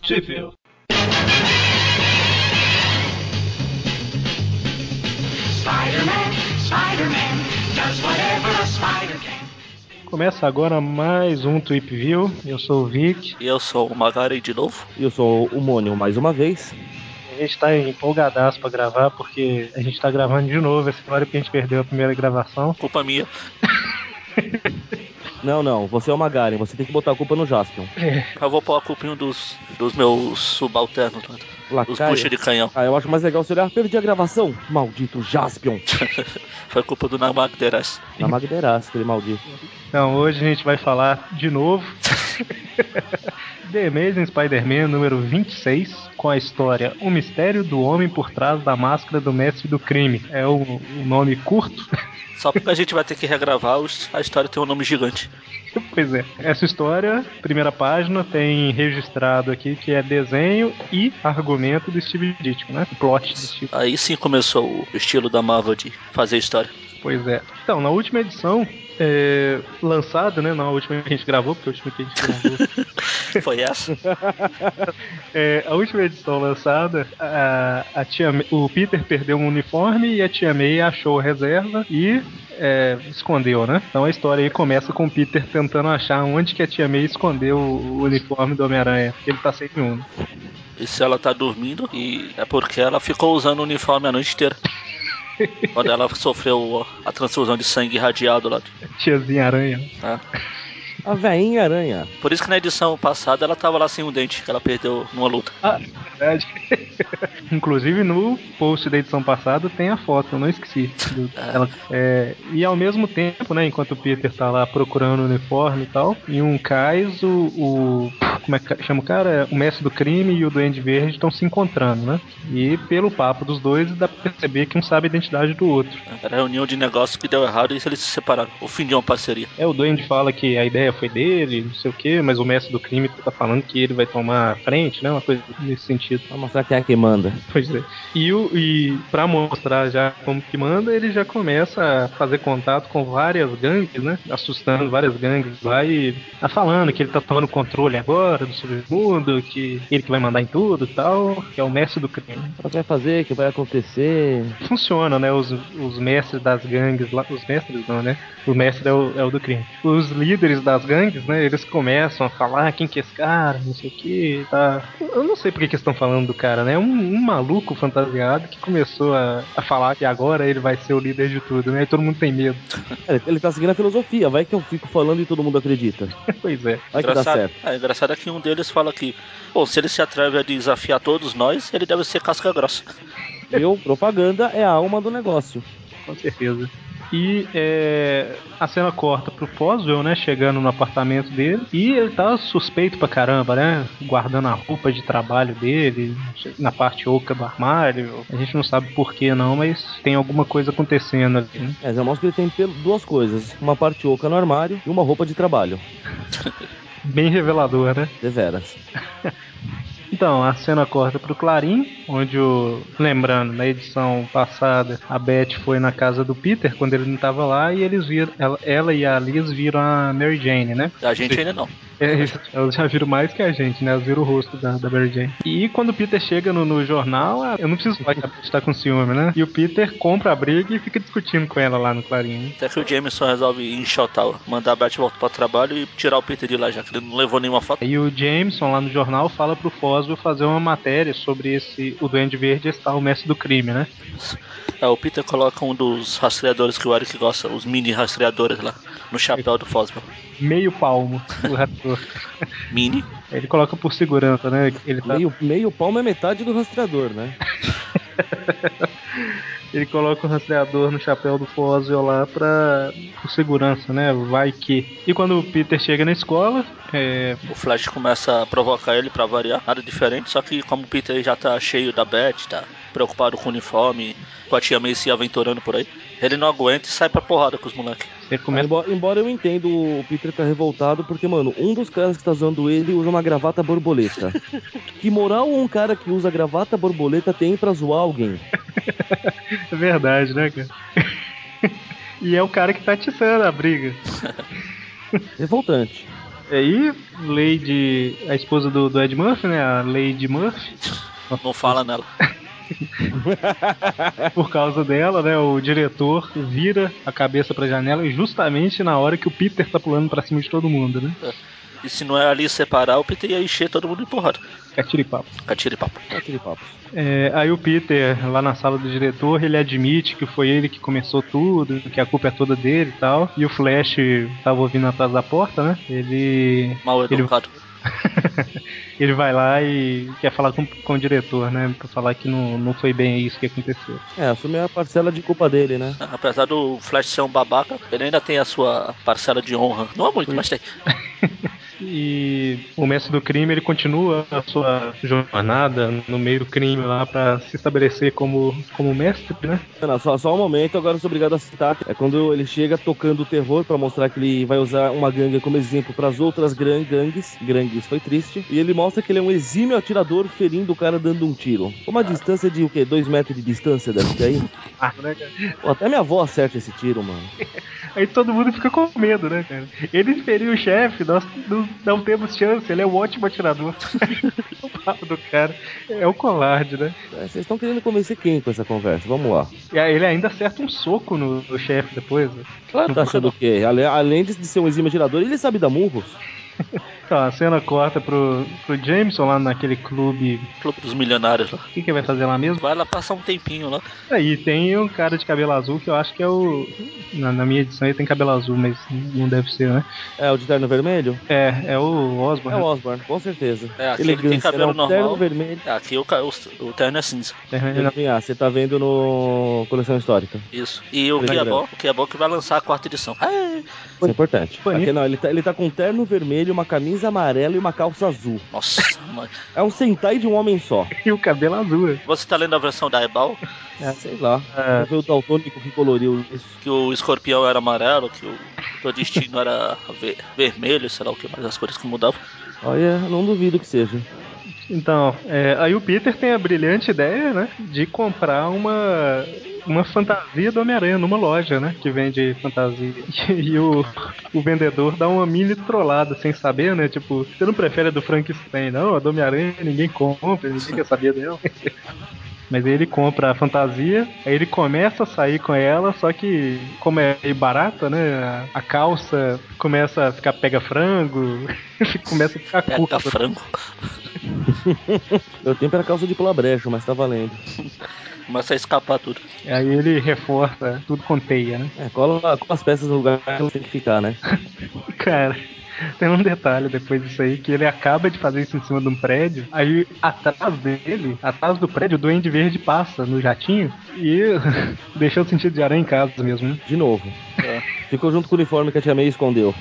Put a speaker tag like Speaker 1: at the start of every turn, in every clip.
Speaker 1: Possível. Começa agora mais um Tweep View. Eu sou o Vic.
Speaker 2: E eu sou o Magari de novo.
Speaker 3: E eu sou o Mônio mais uma vez.
Speaker 1: A gente tá empolgadaço pra gravar porque a gente tá gravando de novo esse horário que a gente perdeu a primeira gravação.
Speaker 2: Culpa minha.
Speaker 3: Não, não, você é o Magaren, você tem que botar a culpa no Jaspion.
Speaker 2: Eu vou pôr a culpa em um dos, dos meus subalternos, né? os
Speaker 3: Lacaio.
Speaker 2: bucha de canhão.
Speaker 3: Ah, eu acho mais legal se olhar, perdi a gravação, maldito Jaspion.
Speaker 2: Foi culpa do Namak Deras.
Speaker 3: Na Magderas, aquele maldito.
Speaker 1: Então hoje a gente vai falar de novo The Amazing Spider-Man número 26 com a história O Mistério do Homem por Trás da Máscara do Mestre do Crime. É um, um nome curto.
Speaker 2: Só porque a gente vai ter que regravar, os- a história tem um nome gigante.
Speaker 1: pois é. Essa história, primeira página, tem registrado aqui que é desenho e argumento do Steve Ditko, né? Plot do Steve.
Speaker 2: Aí sim começou o estilo da Marvel de fazer história.
Speaker 1: Pois é. Então, na última edição, é, lançada, né? Na última que a gente gravou, porque a última que a gente gravou
Speaker 2: Foi essa?
Speaker 1: É, a última edição lançada, a, a tia, Ma- o Peter perdeu um uniforme e a tia May achou a reserva e é, escondeu, né? Então a história aí começa com o Peter tentando achar onde que a tia May escondeu o o uniforme do Homem-Aranha. Ele tá sem nenhum. né?
Speaker 2: E se ela tá dormindo, e é porque ela ficou usando o uniforme a noite inteira. Quando ela sofreu a transfusão de sangue irradiado lá.
Speaker 1: Tiazinha Aranha.
Speaker 2: né?
Speaker 3: A veinha aranha.
Speaker 2: Por isso que na edição passada ela tava lá sem um dente, que ela perdeu numa luta.
Speaker 1: Ah, verdade. Inclusive no post da edição passada tem a foto, eu não esqueci. do- dela. É, e ao mesmo tempo, né, enquanto o Peter tá lá procurando o uniforme e tal, em um cais, o, o- Como é que chama o cara? O mestre do crime e o Duende Verde estão se encontrando, né? E pelo papo dos dois dá pra perceber que um sabe a identidade do outro.
Speaker 2: Era reunião de negócio que deu errado e eles se separaram. O fim de uma parceria.
Speaker 1: É, o Duende fala que a ideia foi dele, não sei o quê, mas o mestre do crime tá falando que ele vai tomar a frente, né? Uma coisa nesse sentido.
Speaker 3: Pra mostrar quem é que manda.
Speaker 1: Pois é. E, o, e pra mostrar já como que manda, ele já começa a fazer contato com várias gangues, né? Assustando várias gangues lá e tá falando que ele tá tomando controle agora do submundo, que ele que vai mandar em tudo e tal, que é o mestre do crime.
Speaker 3: O que vai fazer, o que vai acontecer.
Speaker 1: Funciona, né? Os, os mestres das gangues lá. Os mestres não, né? O mestre é o, é o do crime. Os líderes das gangues, né? Eles começam a falar quem que é esse cara, não sei o que, tá. Eu não sei por que que eles estão falando do cara, né? Um, um maluco fantasiado que começou a, a falar que agora ele vai ser o líder de tudo, né? E todo mundo tem medo.
Speaker 3: Ele, ele tá seguindo a filosofia, vai que eu fico falando e todo mundo acredita.
Speaker 1: pois é.
Speaker 3: Vai que dá certo.
Speaker 2: É, engraçado é que um deles fala que, bom, se ele se atreve a desafiar todos nós, ele deve ser casca grossa.
Speaker 3: Viu? Propaganda é a alma do negócio.
Speaker 1: Com certeza. E é, a cena corta pro Foswell, né? Chegando no apartamento dele. E ele tá suspeito pra caramba, né? Guardando a roupa de trabalho dele na parte oca do armário. A gente não sabe por que não, mas tem alguma coisa acontecendo ali, né?
Speaker 3: É, já mostra que ele tem pelo- duas coisas: uma parte oca no armário e uma roupa de trabalho.
Speaker 1: Bem revelador, né?
Speaker 3: Deveras.
Speaker 1: Então, a cena corta pro Clarim, onde o. Lembrando, na edição passada, a Beth foi na casa do Peter quando ele não tava lá e eles viram. Ela, ela e a Liz viram a Mary Jane, né?
Speaker 2: A gente ainda não.
Speaker 1: É, isso. elas já viram mais que a gente, né? Elas viram o rosto da, da Mary Jane. E quando o Peter chega no, no jornal, a- eu não preciso falar que a Beth tá com ciúme, né? E o Peter compra a briga e fica discutindo com ela lá no clarinho. né?
Speaker 2: Até que o Jameson resolve enxotar, mandar a Beth voltar para o trabalho e tirar o Peter de lá, já que ele não levou nenhuma foto.
Speaker 1: E o Jameson lá no jornal fala pro Foswell fazer uma matéria sobre esse o Duende Verde estar o mestre do crime, né?
Speaker 2: É, o Peter coloca um dos rastreadores que o Eric gosta, os mini rastreadores lá, no chapéu do Foswell.
Speaker 1: Meio palmo o raptor.
Speaker 2: Mini?
Speaker 1: Ele coloca por segurança, né? Ele
Speaker 2: Ah.
Speaker 1: tá
Speaker 3: Meio, meio palmo é metade do rastreador, né?
Speaker 1: Ele coloca o rastreador no chapéu do Foswell lá pra por segurança, né? Vai que. E quando o Peter chega na escola, é,
Speaker 2: O Flash começa a provocar ele para variar, nada diferente, só que como o Peter já tá cheio da Beth, tá preocupado com o uniforme, com a tia May se aventurando por aí, ele não aguenta e sai pra porrada com os moleques.
Speaker 1: ele começa
Speaker 3: Embo- Embora, eu entenda o Peter tá revoltado, porque, mano, um dos caras que tá usando ele usa uma gravata borboleta. que moral um cara que usa gravata borboleta tem pra zoar alguém?
Speaker 1: É verdade, né, cara? e é o cara que tá atiçando a briga.
Speaker 3: Revoltante.
Speaker 1: E aí, Lady. A esposa do, do Ed Murphy, né? A Lady Murphy.
Speaker 2: Não fala nela.
Speaker 1: Por causa dela, né? O diretor vira a cabeça pra janela justamente na hora que o Peter tá pulando pra cima de todo mundo, né?
Speaker 2: E se não é ali separar, o Peter ia encher todo mundo de porrada.
Speaker 1: Catiripapo.
Speaker 2: Catiripapo.
Speaker 3: Aquele papo.
Speaker 1: É, aí o Peter, lá na sala do diretor, ele admite que foi ele que começou tudo, que a culpa é toda dele e tal. E o Flash tava ouvindo atrás da porta, né? Ele.
Speaker 2: Mal
Speaker 1: Ele-
Speaker 2: educado.
Speaker 1: ele vai lá e quer falar com, com o diretor, né? Pra falar que não, não foi bem isso que aconteceu.
Speaker 3: É, assumir a parcela de culpa dele, né?
Speaker 2: Apesar do Flash ser um babaca, ele ainda tem a sua parcela de honra. Não é muito, mas tem.
Speaker 1: E o mestre do crime ele continua a sua jornada no meio do crime lá pra se estabelecer como, como mestre, né?
Speaker 3: Não, só, só um momento, agora eu sou obrigado a citar. É quando ele chega tocando o terror pra mostrar que ele vai usar uma gangue como exemplo pras outras gran gangues. Grangues, foi triste. E ele mostra que ele é um exímio atirador ferindo o cara dando um tiro. Uma distância de o quê? Dois metros de distância deve ter aí?
Speaker 1: Ah, né, cara?
Speaker 3: Pô, até minha avó acerta esse tiro, mano.
Speaker 1: Aí todo mundo fica com medo, né, cara? Ele feriu o chefe, nós não, não temos chance, ele é um ótimo atirador. o papo do cara é o colarde, né?
Speaker 3: É, Vocês estão querendo convencer quem com essa conversa? Vamos lá.
Speaker 1: E aí ele ainda acerta um soco no, no chefe depois. né?
Speaker 3: Claro, tá achando o quê? Ale- Além de ser um exímio atirador, ele sabe dar murros.
Speaker 1: Então, a cena corta pro, pro Jameson lá naquele clube.
Speaker 2: Clube dos milionários lá.
Speaker 1: O que, que ele vai fazer lá mesmo?
Speaker 2: Vai lá passar um tempinho lá.
Speaker 1: Aí tem um cara de cabelo azul que eu acho que é o. Na, na minha edição ele tem cabelo azul, mas não deve ser, né?
Speaker 3: É, o de terno vermelho?
Speaker 1: É, é o
Speaker 3: É o
Speaker 1: Osborne.
Speaker 3: Osborne, com certeza.
Speaker 2: É, aquele que tem
Speaker 3: Elegância,
Speaker 2: cabelo
Speaker 3: né? O terno
Speaker 2: normal. É,
Speaker 3: vermelho.
Speaker 2: Aqui o, ca- o, o terno é cinza.
Speaker 1: né?
Speaker 3: Adivinhar, você tá vendo no Coleção Histórica.
Speaker 2: Isso. E o
Speaker 3: Obrigado.
Speaker 2: Kiabó, o Kiabó que vai lançar a quarta edição. Ah,
Speaker 3: Isso é importante.
Speaker 1: Bonito.
Speaker 3: Aqui não, ele tá, ele tá com um terno vermelho, uma camisa amarela e uma calça azul.
Speaker 2: nossa, mãe.
Speaker 3: É um Sentai de um homem só.
Speaker 1: E o cabelo azul. é.
Speaker 2: Você tá lendo a versão da Ebal,
Speaker 3: É, sei lá.
Speaker 1: É.
Speaker 3: Foi o Daltônico que coloriu isso.
Speaker 2: que o escorpião era amarelo, que o teu destino era ve- vermelho, sei lá o que mais, as cores que mudavam.
Speaker 3: Olha, não duvido que seja.
Speaker 1: Então, é, aí o Peter tem a brilhante ideia, né? De comprar uma. Uma fantasia do Homem-Aranha numa loja, né? Que vende fantasia. E o, o vendedor dá uma mini trollada sem saber, né? Tipo, você não prefere a do Frankenstein, não? A do Homem-Aranha ninguém compra, ninguém quer saber dela. Mas aí ele compra a fantasia, aí ele começa a sair com ela, só que como é barata, né? A, a calça começa a ficar pega frango, começa a ficar
Speaker 2: Pega
Speaker 1: curta.
Speaker 2: É, frango.
Speaker 3: Meu tempo era calça de pular brejo, mas tá valendo.
Speaker 2: Começa a escapar tudo.
Speaker 1: Aí ele reforça tudo com teia, né?
Speaker 3: É, cola, cola as peças no lugar que elas têm que ficar, né?
Speaker 1: Cara, tem um detalhe depois disso aí, que ele acaba de fazer isso em cima de um prédio, aí atrás dele, atrás do prédio, o Duende Verde passa no jatinho e deixou o sentido de aranha em casa mesmo, né?
Speaker 3: De novo.
Speaker 2: É.
Speaker 3: Ficou junto com o uniforme que a tia May escondeu.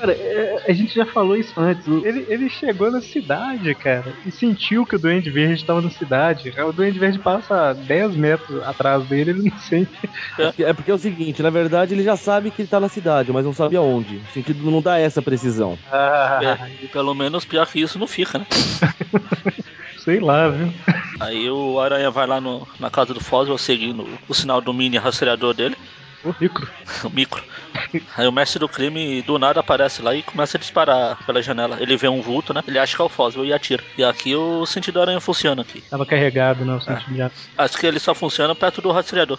Speaker 1: Cara, é, a gente já falou isso antes. Ele, ele chegou na cidade, cara, e sentiu que o Duende Verde tava na cidade. O Duende Verde passa 10 metros atrás dele, ele não sente.
Speaker 3: É porque é o seguinte, na verdade ele já sabe que ele tá na cidade, mas não sabe aonde. O sentido não dá essa precisão.
Speaker 1: Ah,
Speaker 2: É, pelo menos pior que isso não fica, né?
Speaker 1: sei lá, viu?
Speaker 2: Aí o Aranha vai lá no- na casa do Foswell seguindo o sinal do mini rastreador dele,
Speaker 1: Ô, Rico.
Speaker 2: o micro. Aí o mestre do crime do nada aparece lá e começa a disparar pela janela. Ele vê um vulto, né? Ele acha que é o Foswell e atira. E aqui o sentido aranha funciona aqui.
Speaker 1: Tava carregado, né? O sentido de aranha.
Speaker 2: Acho que ele só funciona perto do rastreador.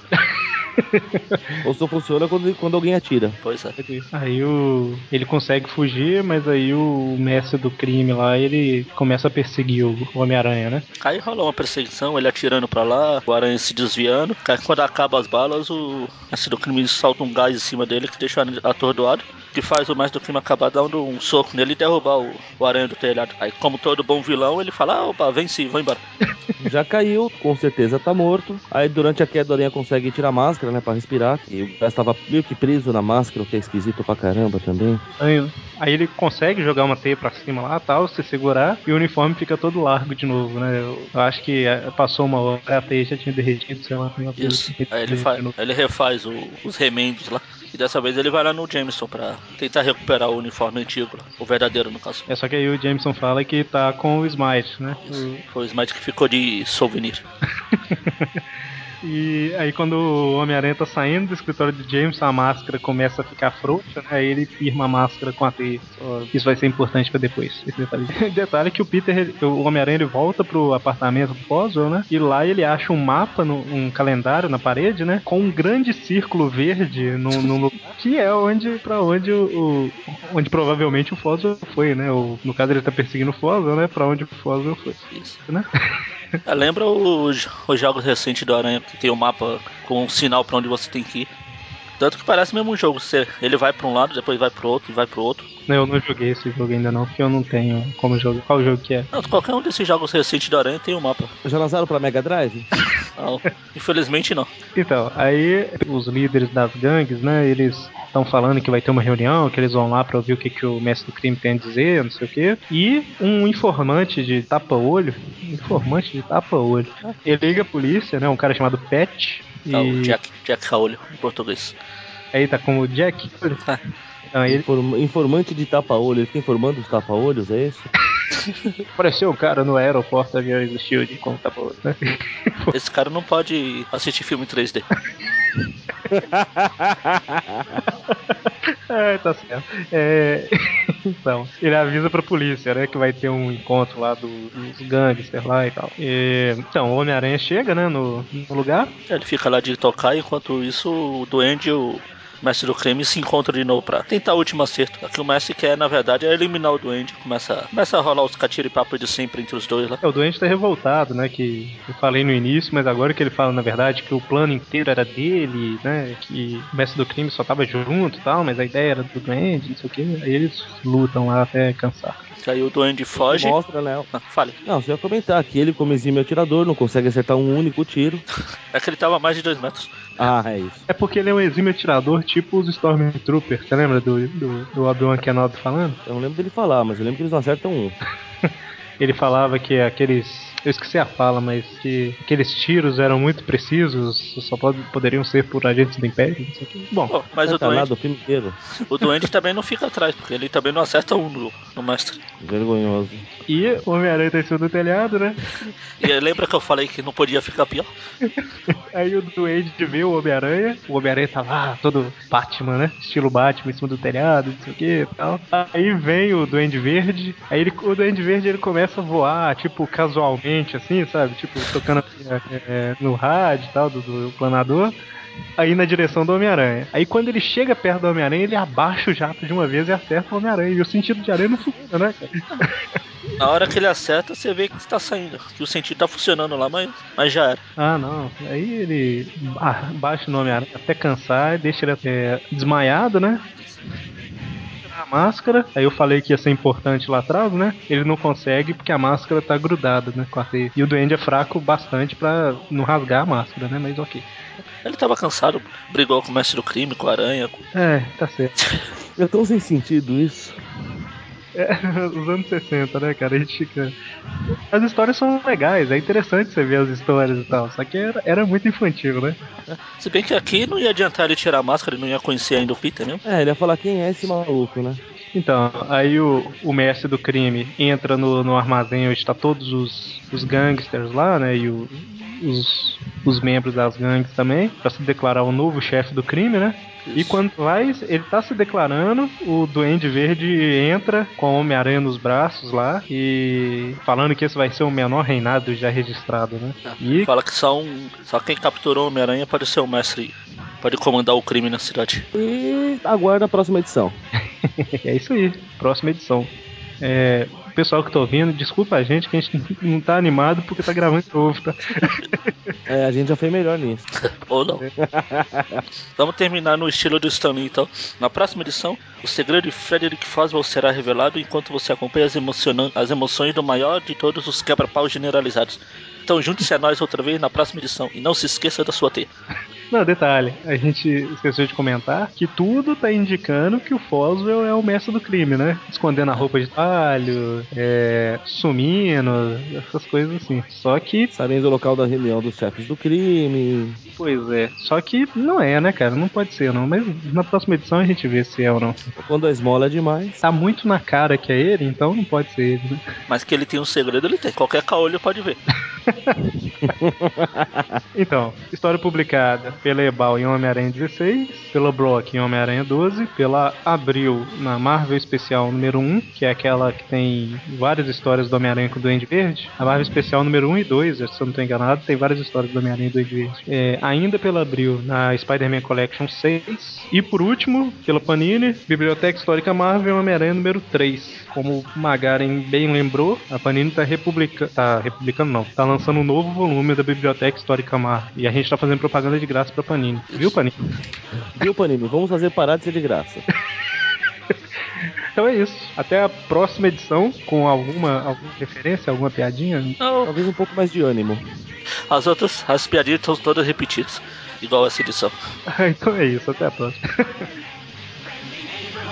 Speaker 3: Ou só funciona quando, quando alguém atira.
Speaker 2: Pois é.
Speaker 1: Aí o, ele consegue fugir, mas aí o mestre do crime lá, ele começa a perseguir o o Homem-Aranha, né?
Speaker 2: Aí rola uma perseguição, ele atirando pra lá, o aranha se desviando. Aí quando acaba as balas, o mestre do crime solta um gás em cima dele que deixa o aranha atordoado. Que faz o mestre do crime acabar dando um soco nele e derrubar o, o aranha do telhado. Aí, como todo bom vilão, ele fala: ah, opa, venci, vou embora.
Speaker 3: Já caiu, com certeza tá morto. Aí durante a queda a aranha consegue tirar a máscara, né, pra respirar. E o gás tava meio que preso na máscara, o que é esquisito pra caramba também.
Speaker 1: Aí, aí ele consegue jogar uma teia pra cima lá, tal, se segurar, e o uniforme fica todo largo de novo, né? Eu, eu acho que eh, passou uma hora, a teia já tinha derretido, sei lá. uma coisa
Speaker 2: Isso.
Speaker 1: assim.
Speaker 2: Aí ele, fa- ele refaz o- os remendos lá. E dessa vez ele vai lá no Jameson pra tentar recuperar o uniforme antigo, lá, o verdadeiro no caso.
Speaker 1: É só que aí o Jameson fala que tá com o Smite, né?
Speaker 2: Isso. Foi o Smite que ficou de souvenir.
Speaker 1: E aí quando o Homem-Aranha tá saindo do escritório de Jameson, a máscara começa a ficar frouxa, né? aí ele firma a máscara com a teia. Isso vai ser importante pra depois, esse detalhe. detalhe é que o Peter, ele- o Homem-Aranha, ele volta pro apartamento do Boswell, né? E lá ele acha um mapa, no- um calendário na parede, né? Com um grande círculo verde no, no lugar que é onde, pra onde o, o- onde provavelmente o Foswell foi, né? O- no caso ele tá perseguindo o Foswell, né? Pra onde o Foswell foi,
Speaker 2: Isso.
Speaker 1: né?
Speaker 2: Ah, Lembra os, os jogos recentes do Aranha, que tem o mapa com um sinal pra onde você tem que ir. Tanto que parece mesmo um jogo, você, ele vai pra um lado, depois vai pro outro, vai pro outro.
Speaker 1: Eu não joguei esse jogo ainda não, porque eu não tenho como jogar. Qual jogo que é?
Speaker 2: Não, qualquer um desses jogos recentes do Aranha tem um mapa.
Speaker 3: Já lançaram pra Mega Drive?
Speaker 2: Não, infelizmente não. Tá,
Speaker 1: Então, aí os líderes das gangues, né, eles estão falando que vai ter uma reunião, que eles vão lá pra ouvir o que, que o mestre do crime tem a dizer, não sei o quê. E um informante de tapa-olho, informante de tapa-olho, ele liga a polícia, né, um cara chamado Pet, e
Speaker 2: Ah, o Jack, Jack Raulio, em português.
Speaker 1: aí tá como Jack.
Speaker 2: Ah.
Speaker 1: Então, ele
Speaker 3: Inform- Informante de tapa-olho, ele fica informando os tapa-olhos, é isso?
Speaker 1: apareceu o cara no aeroporto aviões do Shield com o tapa-olho, né?
Speaker 2: Esse cara não pode assistir filme em 3D.
Speaker 1: É, tá certo. É, então, ele avisa pra polícia, né, que vai ter um encontro lá do- dos gangsters lá e tal. E, então, o Homem-Aranha chega, né, no, no lugar.
Speaker 2: É, Ele fica lá de tocar, enquanto isso o Duende e o Mestre do Crime se encontram de novo pra tentar o último acerto. O que o Mestre quer, na verdade, é eliminar o Duende. Começa, começa a rolar os catiripapos de sempre entre os dois lá.
Speaker 1: É, o doente tá revoltado, né, que eu falei no início, mas agora que ele fala, na verdade, que o plano inteiro era dele, né, que o mestre do crime só tava junto e tal, mas a ideia era do doente, não sei o que. Aí eles lutam lá até cansar.
Speaker 2: Aí o Duende foge.
Speaker 3: Mostra, né?
Speaker 2: Ah, fale.
Speaker 3: Não, só ia comentar que ele, como exímio atirador, não consegue acertar um único tiro.
Speaker 2: É que ele tava a mais de dois metros.
Speaker 3: Ah, é isso.
Speaker 1: É porque ele é um exímio atirador, tipo os Stormtroopers. Você lembra do, do, do Obi-Wan Kenobi falando?
Speaker 3: Eu não lembro dele falar, mas eu lembro que eles não acertam um.
Speaker 1: Ele falava que aqueles. Eu esqueci a fala, mas que aqueles tiros eram muito precisos, só pod- poderiam ser por agentes do Império. não sei o quê. Bom,
Speaker 2: Bom, mas o
Speaker 3: Acerta nada
Speaker 2: Duende,
Speaker 3: o filme inteiro.
Speaker 2: o Duende também não fica atrás, porque ele também não acerta um no, no Mestre.
Speaker 3: Vergonhoso.
Speaker 1: e o Homem-Aranha tá em cima do telhado, né?
Speaker 2: E aí, lembra que eu falei que não podia ficar pior?
Speaker 1: Aí o Duende vê o Homem-Aranha, o Homem-Aranha tá lá, todo Batman, né? Estilo Batman em cima do telhado, não sei o que e tal. Aí vem o Duende Verde, aí ele- o Duende Verde ele começa a voar, tipo, casualmente, assim, sabe? Tipo, tocando é, é, no rádio e tal, do, do planador. Aí na direção do Homem-Aranha. Aí quando ele chega perto do Homem-Aranha, ele abaixa o jato de uma vez e acerta o Homem-Aranha. E o sentido de aranha não funciona, né? cara?
Speaker 2: Na hora que ele acerta, você vê que está saindo. Que o sentido tá funcionando lá, mas, mas já era.
Speaker 1: Ah, não. Aí ele ba- baixa o Homem-Aranha até cansar, deixa ele é, desmaiado, né? a máscara. Aí eu falei que ia ser importante lá atrás, né? Ele não consegue porque a máscara tá grudada, né? Com a teia. E o duende é fraco bastante pra não rasgar a máscara, né? Mas ok.
Speaker 2: Ele tava cansado, brigou com o Mestre do Crime, com a Aranha. com-
Speaker 1: É, tá certo.
Speaker 3: É tão sem sentido isso.
Speaker 1: É, os anos 60, né, cara? A gente fica. As histórias são legais, é interessante você ver as histórias e tal. Só que era, era muito infantil, né?
Speaker 2: Se bem que aqui não ia adiantar ele tirar a máscara, ele não ia conhecer ainda o Peter mesmo.
Speaker 3: É, ele ia falar quem é esse maluco, né?
Speaker 1: Então, aí o, o mestre do crime entra no, no armazém onde está todos os, os gangsters lá, né? E o- os, os membros das gangues também, para se declarar o novo chefe do crime, né? E quando vai, ele tá se declarando, o Duende Verde entra com o Homem-Aranha nos braços lá e falando que esse vai ser o menor reinado já registrado, né? E
Speaker 2: Fala que só um. Só quem capturou o Homem-Aranha pode ser o mestre. Pode comandar o crime na cidade.
Speaker 3: E aguarda a próxima edição.
Speaker 1: É isso aí, próxima edição. É, o pessoal que tá ouvindo, desculpa a gente que a gente não tá animado porque tá gravando de novo, tá?
Speaker 3: É, a gente já fez melhor nisso.
Speaker 2: Ou não. Vamos terminar no estilo do Stanley então. Na próxima edição, o segredo de Frederick Foswell será revelado enquanto você acompanha as, emocionan- as emoções do maior de todos os quebra-paus generalizados. Então junte-se a nós outra vez na próxima edição e não se esqueça da sua T.
Speaker 1: Não, detalhe, a gente esqueceu de comentar que tudo tá indicando que o Foswell é o mestre do crime, né? Escondendo a roupa de talho, é, sumindo, essas coisas assim. Só que,
Speaker 3: Sabendo o local da reunião dos chefes do crime.
Speaker 1: pois é, só que não é, né, cara? Não pode ser, não. Mas na próxima edição a gente vê se é ou não.
Speaker 3: Quando a esmola é demais.
Speaker 1: Tá muito na cara que é ele, então não pode ser ele, né?
Speaker 2: Mas que ele tem um segredo, ele tem. Qualquer caolho pode ver.
Speaker 1: então, história publicada pela Ebal em Homem-Aranha 16, pela Block em Homem-Aranha 12, pela Abril na Marvel Especial número 1, que é aquela que tem várias histórias do Homem-Aranha com o Duende Verde. A Marvel Especial número 1 e 2, se eu não estou enganado, tem várias histórias do Homem-Aranha e Duende Verde. É, ainda pela Abril na Spider-Man Collection 6. E por último, pela Panini, Biblioteca Histórica Marvel Homem-Aranha número 3. Como o Magaren bem lembrou, a Panini está republica... tá republicando, não, tá lançando um novo volume da Biblioteca Histórica Marvel. E a gente está fazendo propaganda de graça pra Panini. Viu, Panini?
Speaker 3: Viu, Panini? Vamos fazer parar de ser de graça.
Speaker 1: Então é isso. Até a próxima edição com alguma, alguma referência, alguma piadinha.
Speaker 2: Não,
Speaker 3: Talvez um pouco mais de ânimo.
Speaker 2: as outras, as piadinhas estão todas repetidas, igual essa edição.
Speaker 1: então é isso. Até a próxima.
Speaker 4: neighborhood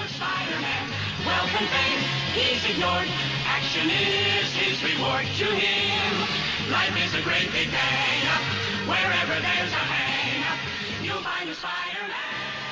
Speaker 4: Spider-Man. Well contained, he's ignored. Action is his reward to him. Life is a great big hang-up. Wherever there's a hang-up, you'll find a Spider-Man.